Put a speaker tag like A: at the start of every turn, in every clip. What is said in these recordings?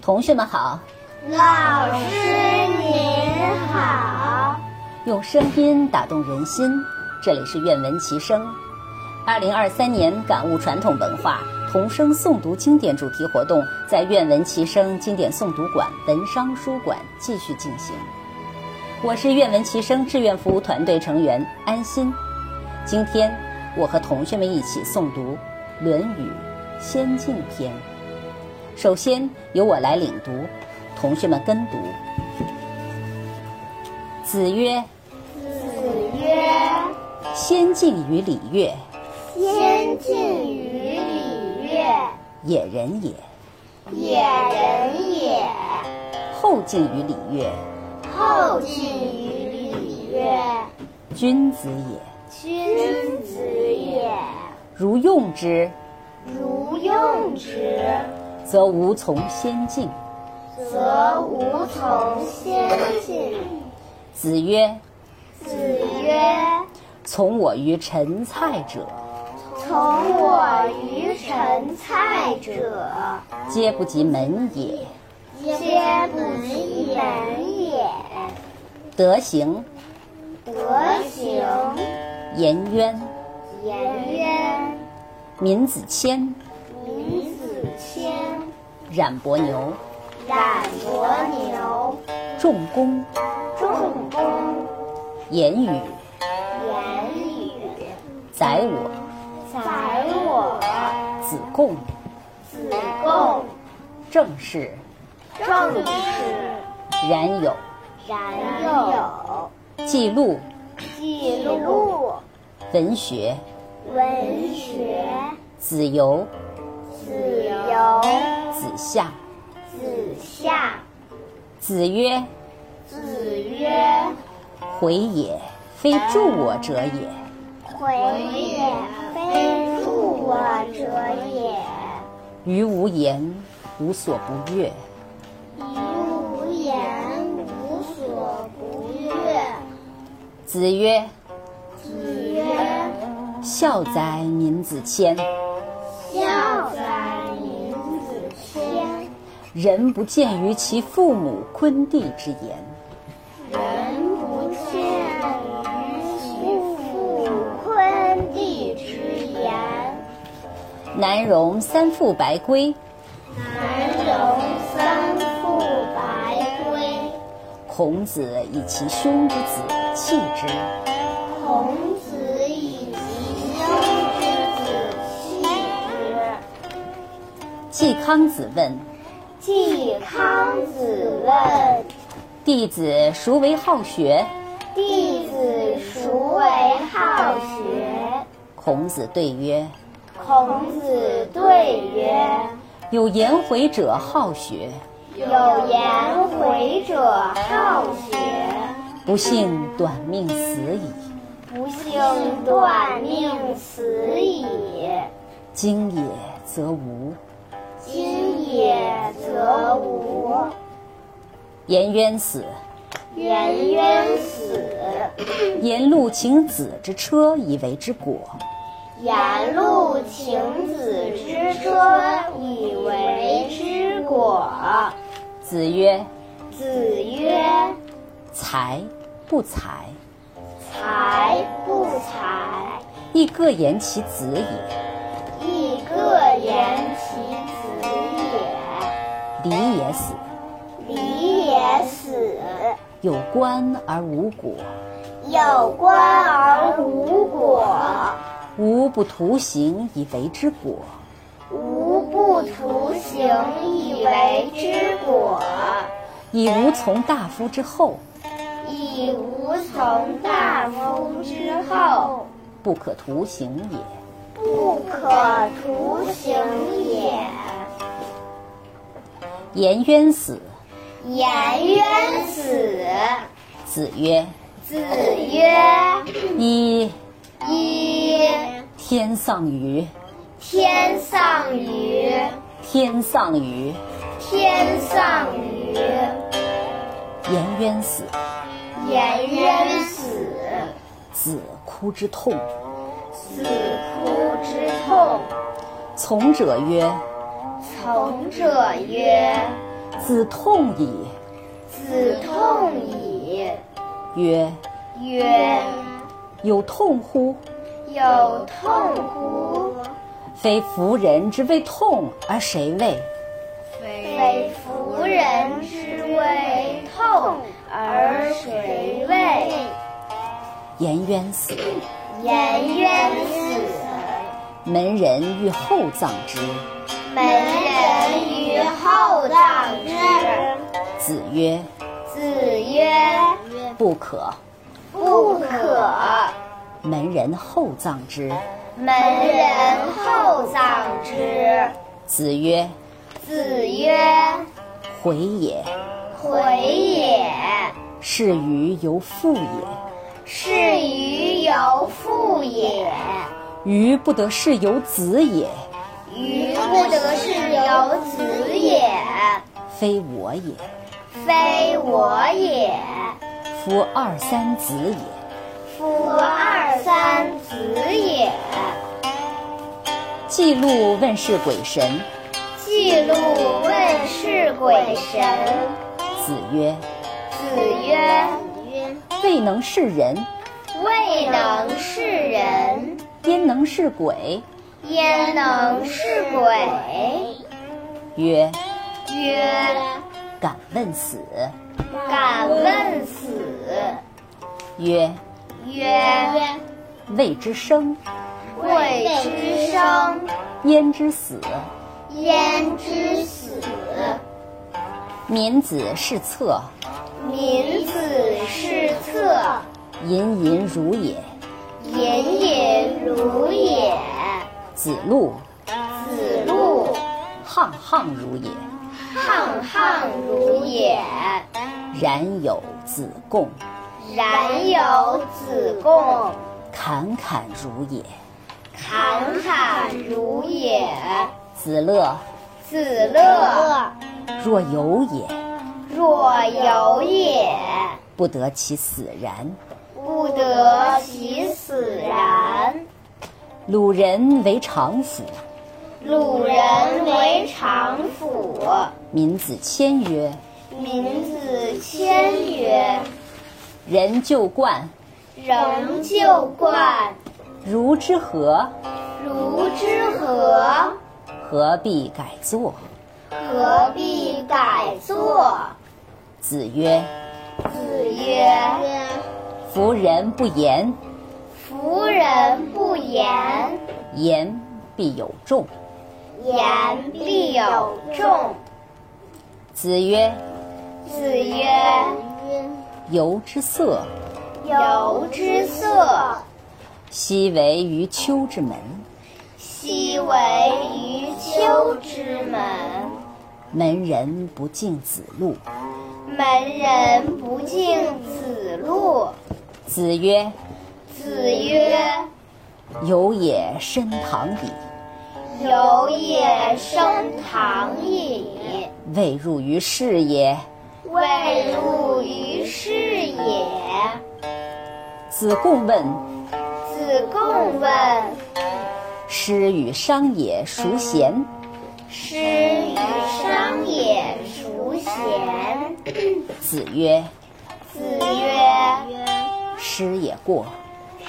A: 同学们好，
B: 老师您好。
A: 用声音打动人心，这里是愿闻其声。二零二三年感悟传统文化童声诵读经典主题活动在愿闻其声经典诵读馆文商书馆继续进行。我是愿闻其声志愿服务团队成员安心。今天我和同学们一起诵读《论语·先进篇》。首先由我来领读，同学们跟读。子曰
B: 子曰：“
A: 先进于礼乐，：“
B: 先进于礼乐，
A: 野人也；
B: 野人也；
A: 后进于礼乐，
B: 后进于礼乐，
A: 君子也。
B: 君子也。
A: 如用之，
B: 如用之，
A: 则无从先进。”
B: 则无从先进。”
A: 子曰
B: 子曰：“
A: 从我于陈蔡者，：“
B: 从我于陈蔡者，
A: 皆不及门也；
B: 皆不及门也。
A: 德行、
B: 德行，
A: 颜渊、
B: 颜渊。”
A: 闵子骞、
B: 闵子骞、
A: 冉伯牛、
B: 冉伯牛、
A: 仲弓、
B: 仲弓、
A: 颜语、
B: 颜语、
A: 宰我、
B: 宰我、
A: 子贡、
B: 子贡、
A: 郑氏、
B: 郑氏、
A: 冉有、
B: 冉有、
A: 记录、
B: 记录、
A: 文学、
B: 文学、
A: 子游、
B: 子游、
A: 子夏。
B: 子夏。
A: 子曰
B: 子曰：“
A: 回也，非助我者也。”：“
B: 回也，非助我者也。
A: 于无言，无所不悦。
B: 于无言，无所不悦。”
A: 子曰
B: 子曰：“
A: 孝哉，闵子骞！
B: 孝哉，闵子骞！
A: 人不见于其父母昆弟之言。
B: 人不见于其父昆弟之言。
A: 南容三复白归，
B: 南容三复白归，
A: 孔子以其兄之子弃之。
B: 孔子以其兄之子弃之。”
A: 季康子问
B: 季康子问：“
A: 弟子孰为好学
B: 弟子孰为好学？”
A: 孔子对曰？”
B: 孔子对曰：
A: 有颜回者好学，
B: 有颜回者好学，
A: 不幸短命死矣。
B: 不幸断命死矣。
A: 今也则无。
B: 今也则无。
A: 颜渊死，
B: 颜渊死，
A: 颜路请子之车以为之果。
B: 颜路请子之车以为之果。
A: 子曰
B: 子曰：“
A: 才不才，
B: 才不才，
A: 亦各言其子也。
B: 亦各言其子也。”
A: 礼也死，
B: 礼也死，
A: 有官而无果，
B: 有官而无果，
A: 无不徒刑以为之果。
B: 无不徒刑以为之果，
A: 以无从大夫之后，
B: 以无从大夫之后，
A: 不可徒刑也。
B: 不可徒刑也。
A: 颜渊死，
B: 颜渊死，
A: 子曰
B: 子曰：“
A: 一
B: 一
A: 天丧于。”
B: 天丧于，
A: 天丧于
B: 天丧于，
A: 颜渊死，
B: 颜渊死。
A: 子哭之痛。
B: 子哭之痛。
A: 从者曰：
B: 从者曰：“
A: 子痛矣。
B: 子痛矣。
A: 曰：
B: 曰：
A: 有痛乎？
B: 有痛乎？
A: 非夫人之谓痛，而谁谓？
B: 非夫人之谓痛，而谁谓？
A: 颜渊死，
B: 颜渊死，
A: 门人欲厚葬之。
B: 门人于后葬之。
A: 子曰：
B: 子曰：
A: 不可。
B: 不可。
A: 门人厚葬之。
B: 门人后葬之。
A: 子曰：
B: 子曰：
A: 回也。
B: 回也。
A: 是于由父也。
B: 是于由父也。
A: 鱼不得是由子也，
B: 于不得是由子也，
A: 非我也。
B: 非我也。
A: 夫二三子也。
B: 夫二三子也。
A: 记录问世鬼神。
B: 记录问世鬼神。
A: 子曰
B: 子曰：：“
A: 未能是人，
B: 未能是人，
A: 焉能是鬼
B: 焉能是鬼？”
A: 曰？”
B: 曰：
A: 敢问死。
B: 敢问死。
A: 曰：
B: 曰：
A: 未之生，
B: 未之生，
A: 焉知死？
B: 焉知死？
A: 民子是策，
B: 民子是策，
A: 隐隐如也。
B: 隐隐如也。
A: 子路，
B: 子路，
A: 沆沆如也。
B: 沆沆如也。
A: 然有子贡，
B: 然有子贡，
A: 侃侃如也。
B: 侃侃如也。
A: 子乐，
B: 子乐，
A: 若有也，
B: 若有也，
A: 不得其死然。
B: 不得其死然。
A: 鲁人为常府。
B: 鲁人为常府，
A: 民子谦曰
B: 民子谦曰：“
A: 人就冠，
B: 仍旧冠。
A: 如之何？
B: 如之何？
A: 何必改作
B: 何必改作？？”
A: 子曰
B: 子曰：“
A: 夫人不言，
B: 夫人不言，
A: 言必有重。
B: 言必有重。”
A: 子曰”
B: 子曰：“
A: 由之色，：“
B: 由之色，
A: 奚为于丘之门？
B: 奚为于丘之门。
A: 门人不敬子路。”
B: 门人不敬子路。”
A: 子曰
B: 子曰：“
A: 有也深堂矣，：“
B: 有也升堂矣，
A: 未入于室也。
B: 未入于是也。””
A: 子贡问
B: 子贡问：“
A: 师与商也孰贤？”：“
B: 师与商也孰贤
A: 子曰？”
B: 子曰：“
A: 师也过，：“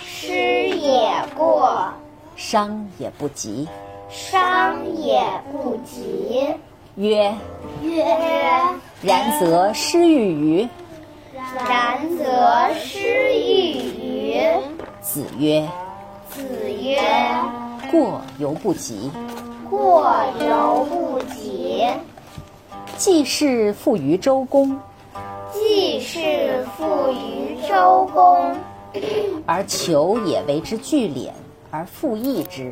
B: 师也过，
A: 商也不及。
B: 商也不及。”
A: 曰”
B: 曰：“
A: 然则师欲于？”
B: 然则师欲于？”
A: 子曰
B: 子曰：“
A: 过犹不及。：“
B: 过犹不及。”
A: 季氏复于周公，
B: 季氏父于周公，
A: 而求也为之聚敛，而复益之。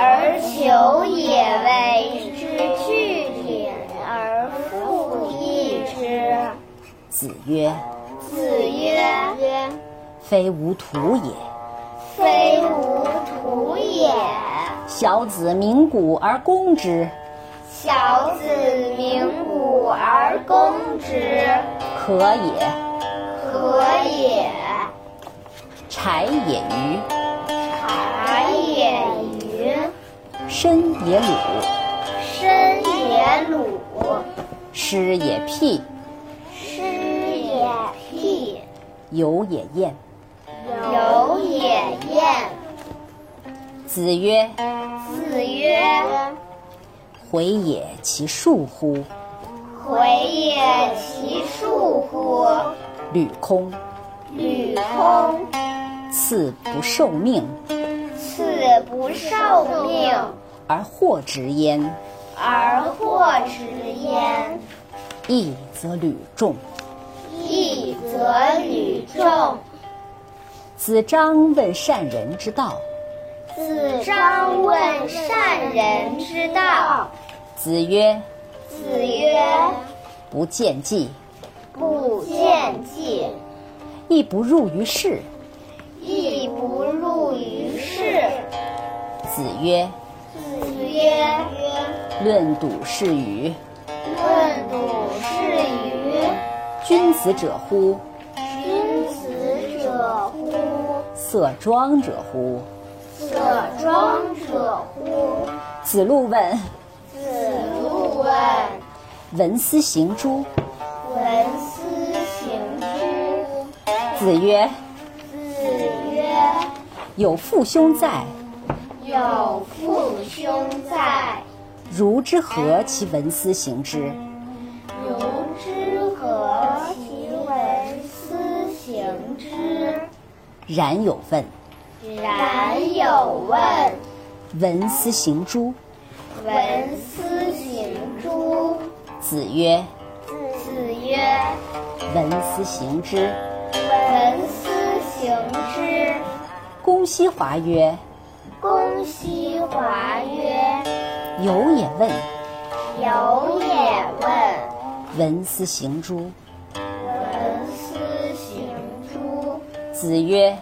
B: 而求也为之聚敛而复易之。
A: 子曰
B: 子曰：“
A: 非吾徒也。：“
B: 非吾徒也。
A: 小子鸣鼓而攻之，
B: 小子鸣鼓而攻之，
A: 可也。
B: 可也。
A: 柴也鱼，
B: 海也鱼，
A: 身也鲁，
B: 深也鲁，
A: 诗也辟，
B: 诗也辟，
A: 游也艳。
B: 游也艳。
A: 子曰
B: 子曰：“
A: 回也其恕乎？
B: 回也其恕乎？
A: 履空，
B: 履空，
A: 赐不受命
B: 赐不受命，
A: 而获直焉，
B: 而获直焉。
A: 义则履众。”
B: 义则履众。
A: 子张问善人之道，”
B: 子张问善人之道。
A: 子曰
B: 子曰：“
A: 不见计，：“
B: 不见计，
A: 亦不入于世。
B: 亦不入于世。”
A: 子曰”
B: 子曰：“
A: 论笃是与：“
B: 论笃是于
A: 君子者乎？
B: 君子者乎？
A: 色庄者乎
B: 色庄者乎？”
A: 子路问：“
B: 子路问：“
A: 文思行诸
B: 文思行诸？”
A: 子曰？”
B: 子曰：“
A: 有父兄在，
B: 有父兄在，
A: 如之何其文思行之？
B: 如之何其文思行之？”
A: 冉有问
B: 然有问：“
A: 文思行诸
B: 文思行诸？”
A: 子曰
B: 子曰：“
A: 文思行之。
B: 文思行之。”
A: 公西华曰”
B: 公西华曰：“
A: 有也问：“
B: 有也问。
A: 文思行诸
B: 文思行诸？”
A: 子曰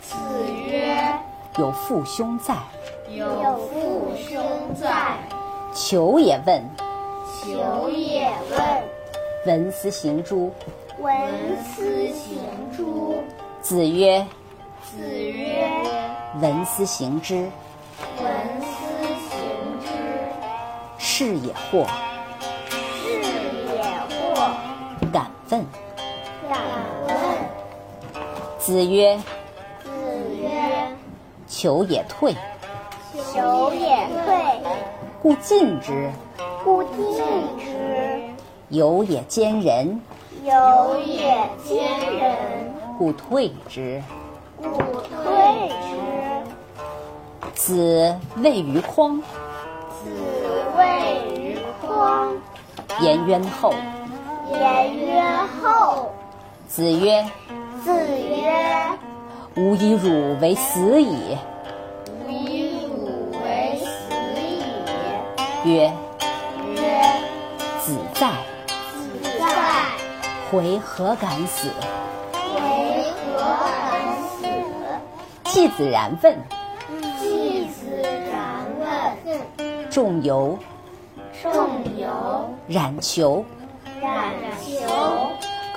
B: 子曰：“
A: 有父兄在。
B: 有父兄在，”
A: 求也问
B: 求也问。：“
A: 文思行诸
B: 文思行诸？”
A: 子曰
B: 子曰：“
A: 文思行之，
B: 文思行之，
A: 是也惑。
B: 是也惑。
A: 敢问
B: 敢问。”
A: 子曰
B: 子曰：“
A: 求也退，
B: 求也退，
A: 故进之；
B: 故进之。
A: 有也兼人，
B: 有也兼人，
A: 故退之。”
B: 故退之。
A: 子谓于匡，
B: 子谓于匡。
A: 颜渊后。
B: 颜曰后。
A: 子曰
B: 子曰：“
A: 吾以汝为死矣。
B: 吾以汝为死矣。”
A: 曰
B: 曰：“
A: 子在，
B: 子在，
A: 回何敢死
B: 为何敢死？？”
A: 季子然问
B: 季子然问。
A: 仲由，
B: 仲由，
A: 冉求，
B: 冉求，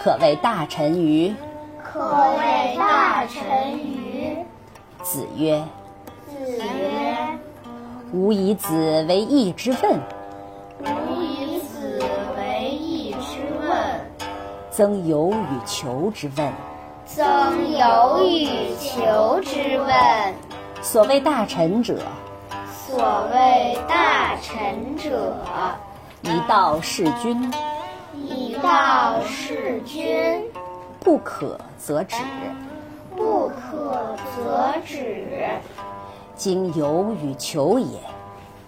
A: 可谓大臣于。
B: 可谓大臣于。
A: 子曰
B: 子曰：“
A: 吾以子为义之问，
B: 吾以子为义之问，
A: 曾有与求之问。
B: 曾有与求之问。
A: 所谓大臣者，
B: 所谓大臣者，
A: 以道事君，
B: 以道事君，
A: 不可则止。
B: 不可则止。
A: 今有与求也，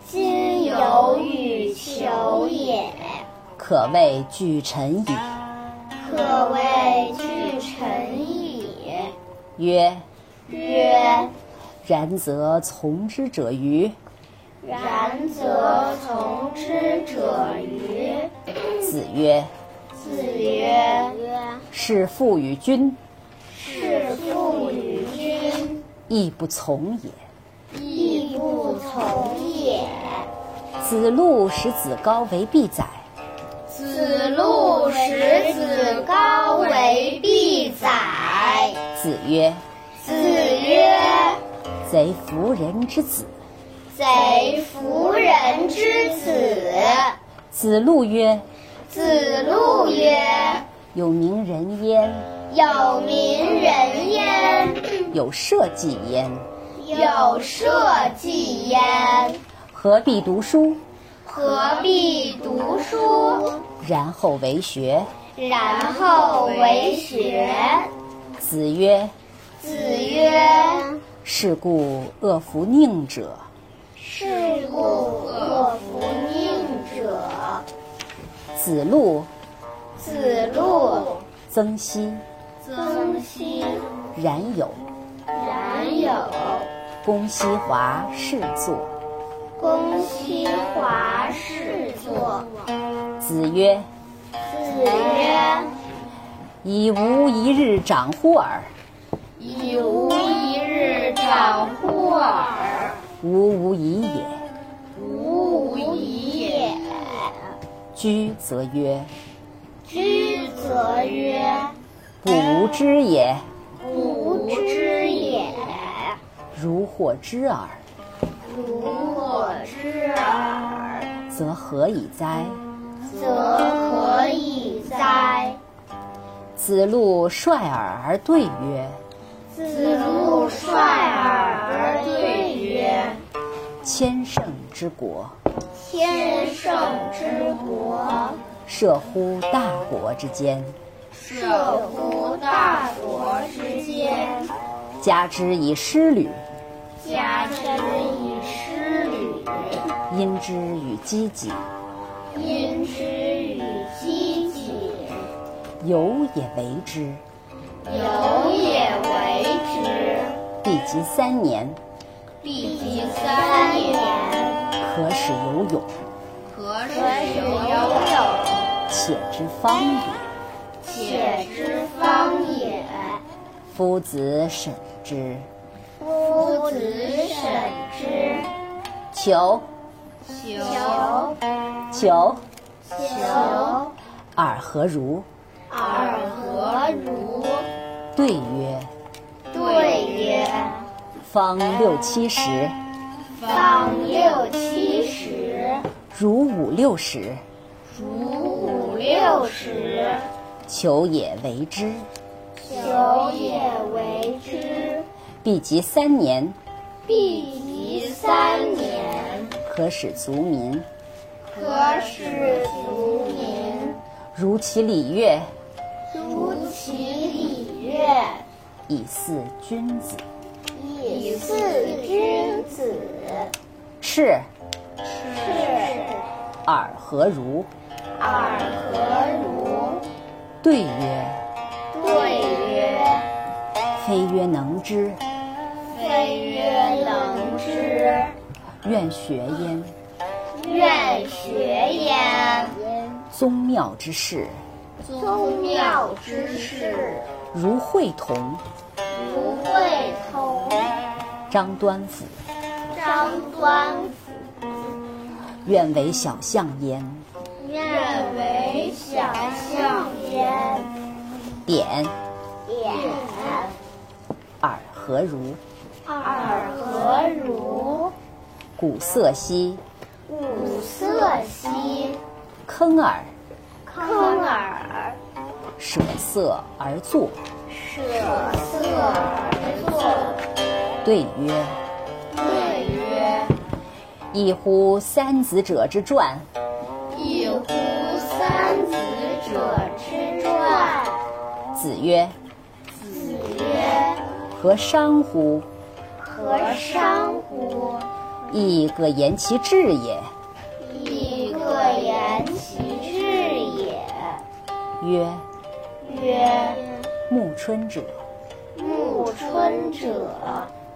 B: 今有与求也，
A: 可谓具臣矣。”
B: 可谓具臣矣。
A: 曰
B: 曰：“
A: 然则从之者于
B: 然则从之者于？”
A: 子曰
B: 子曰：“
A: 是父与君，
B: 是父与君，
A: 亦不从也。
B: 亦不从也。”
A: 子路使子高为必宰，
B: 子路使子高为必宰。
A: 子曰
B: 子曰：“
A: 贼夫人之子。
B: 贼夫人之子。”
A: 子路曰
B: 子路曰
A: 有名人焉，：“
B: 有名人焉，
A: 有社稷焉，
B: 有社稷焉，
A: 何必读书？
B: 何必读书？
A: 然后为学。
B: 然后为学。”
A: 子曰：“
B: 子曰：“
A: 是故恶夫佞者，：“
B: 是故恶夫佞者，
A: 子路、
B: 子路、
A: 曾皙、
B: 曾皙、
A: 冉有、
B: 冉有、
A: 公西华侍作。”
B: 公西华侍作。”
A: 子曰
B: 子曰：“
A: 以吾一日长乎尔，：“
B: 以吾一日长乎尔，
A: 吾无以也。
B: 吾无以也。”
A: 居则曰
B: 居则曰：“
A: 不吾知也，：“
B: 吾知也，
A: 如获知耳，
B: 如我知尔，
A: 则何以哉？”
B: 则何以哉？”
A: 子路率尔而对曰
B: 子路率尔而对曰：“
A: 千乘之国，：“
B: 天圣之国，
A: 射乎大国之间，
B: 涉乎大国之间，
A: 加之以师旅，
B: 加之以师旅。”
A: 因之与积己，
B: 因之与积己，
A: 有也为之。
B: 有也为之。
A: 必及三年，
B: 必及三年，
A: 可使有勇，
B: 何时有有，
A: 且知方也。
B: 且知方也。
A: 夫子审之。
B: 夫子审之，
A: 求
B: 求
A: 求，
B: 求
A: 尔何如？
B: 尔何如？
A: 对曰：
B: 对曰：
A: 方六七十，
B: 方六七十，
A: 如五六十，
B: 如五六十，
A: 求也为之。
B: 求也为之。
A: 必及三年，
B: 必及三年，
A: 可使足民。
B: 何使足民？
A: 如其礼乐，
B: 如其礼乐，
A: 以似君子。
B: 以似君子。
A: 赤，
B: 是
A: 尔何如？
B: 尔何如？
A: 对曰：
B: 对曰：
A: 非曰能之，
B: 非曰能之，
A: 愿学焉。
B: 愿学焉。
A: 宗庙之事，
B: 宗庙之事，
A: 如会同。
B: 不会同。
A: 张端甫，
B: 张端，
A: 愿为小象焉。
B: 愿为小象焉。
A: 点，
B: 点，
A: 尔何如？
B: 尔何如？
A: 鼓瑟兮，
B: 鼓瑟兮，
A: 坑耳，
B: 坑耳，
A: 舍色而作。
B: 舍色而作。
A: 对曰：
B: 对曰：
A: 一乎三子者之传，
B: 一乎三子者之传。
A: 子曰
B: 子曰：
A: 何伤乎？
B: 何伤乎？
A: 亦各言其志也。
B: 亦各言其志也。
A: 曰：
B: 曰：
A: 暮春者，
B: 暮春者，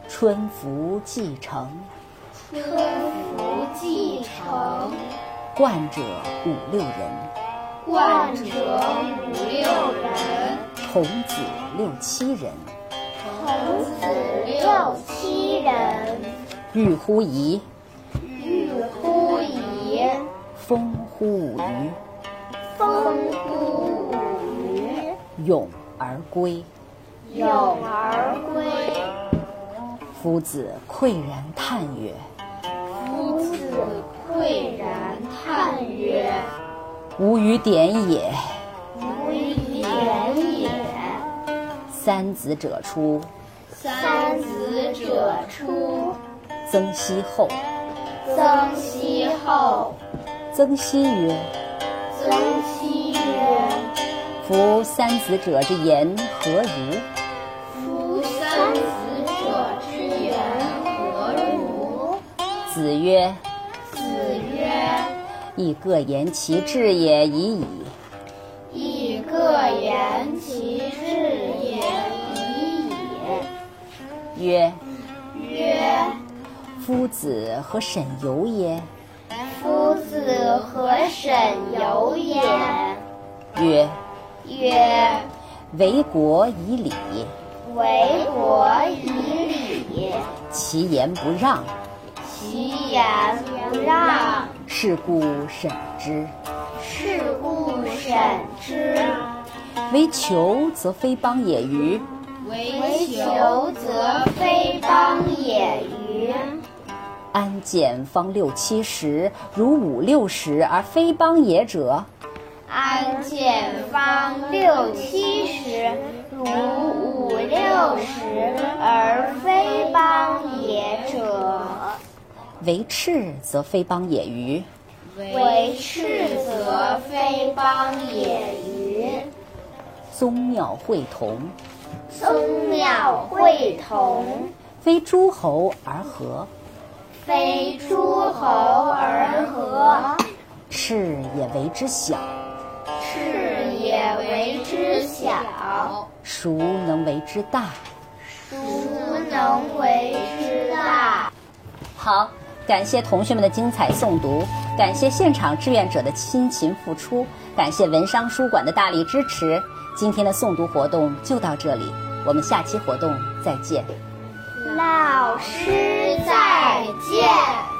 A: 春服既成；
B: 春服既成。
A: 冠者五六人，
B: 冠者五六人，
A: 童子六七人。
B: 童子六七人，
A: 欲乎沂，
B: 欲乎沂，
A: 风乎舞于，
B: 风乎舞于，
A: 咏而归。
B: 咏而归。
A: 夫子喟然叹曰：
B: 夫子喟然叹曰：“
A: 无与点也。
B: 无与点也。
A: 三子者出，
B: 三子者出，
A: 曾皙后。
B: 曾皙后。
A: 曾皙曰
B: 曾皙曰：“
A: 夫三子者之言何如？：“
B: 夫三子者之言何如？”
A: 子曰？”
B: 子曰：“
A: 亦各言其志也已矣。：“
B: 亦各言其志也已矣。”
A: 曰”
B: 曰：“
A: 夫子何审由耶？”
B: 夫子何审由也？
A: 曰
B: 曰：“
A: 为国以礼，
B: 为国以礼，
A: 其言不让，
B: 其言不让，
A: 是故审之。
B: 是故审之。
A: 为求则非邦也与？
B: 为求则非邦也与？
A: 安见方六七十，如五六十而非邦也者？
B: 安见方六七十，如五六十而非邦也者，
A: 为赤则非邦也与？
B: 为赤则非邦也与？
A: 宗庙会同，
B: 宗庙会同，
A: 非诸侯而和，
B: 非诸侯而和，
A: 赤也为之小，
B: 赤也为之小，
A: 孰能为之大？
B: 孰能为之大？
A: 好，感谢同学们的精彩诵读，感谢现场志愿者的辛勤付出，感谢文商书馆的大力支持。今天的诵读活动就到这里，我们下期活动再见。
B: 老师再见。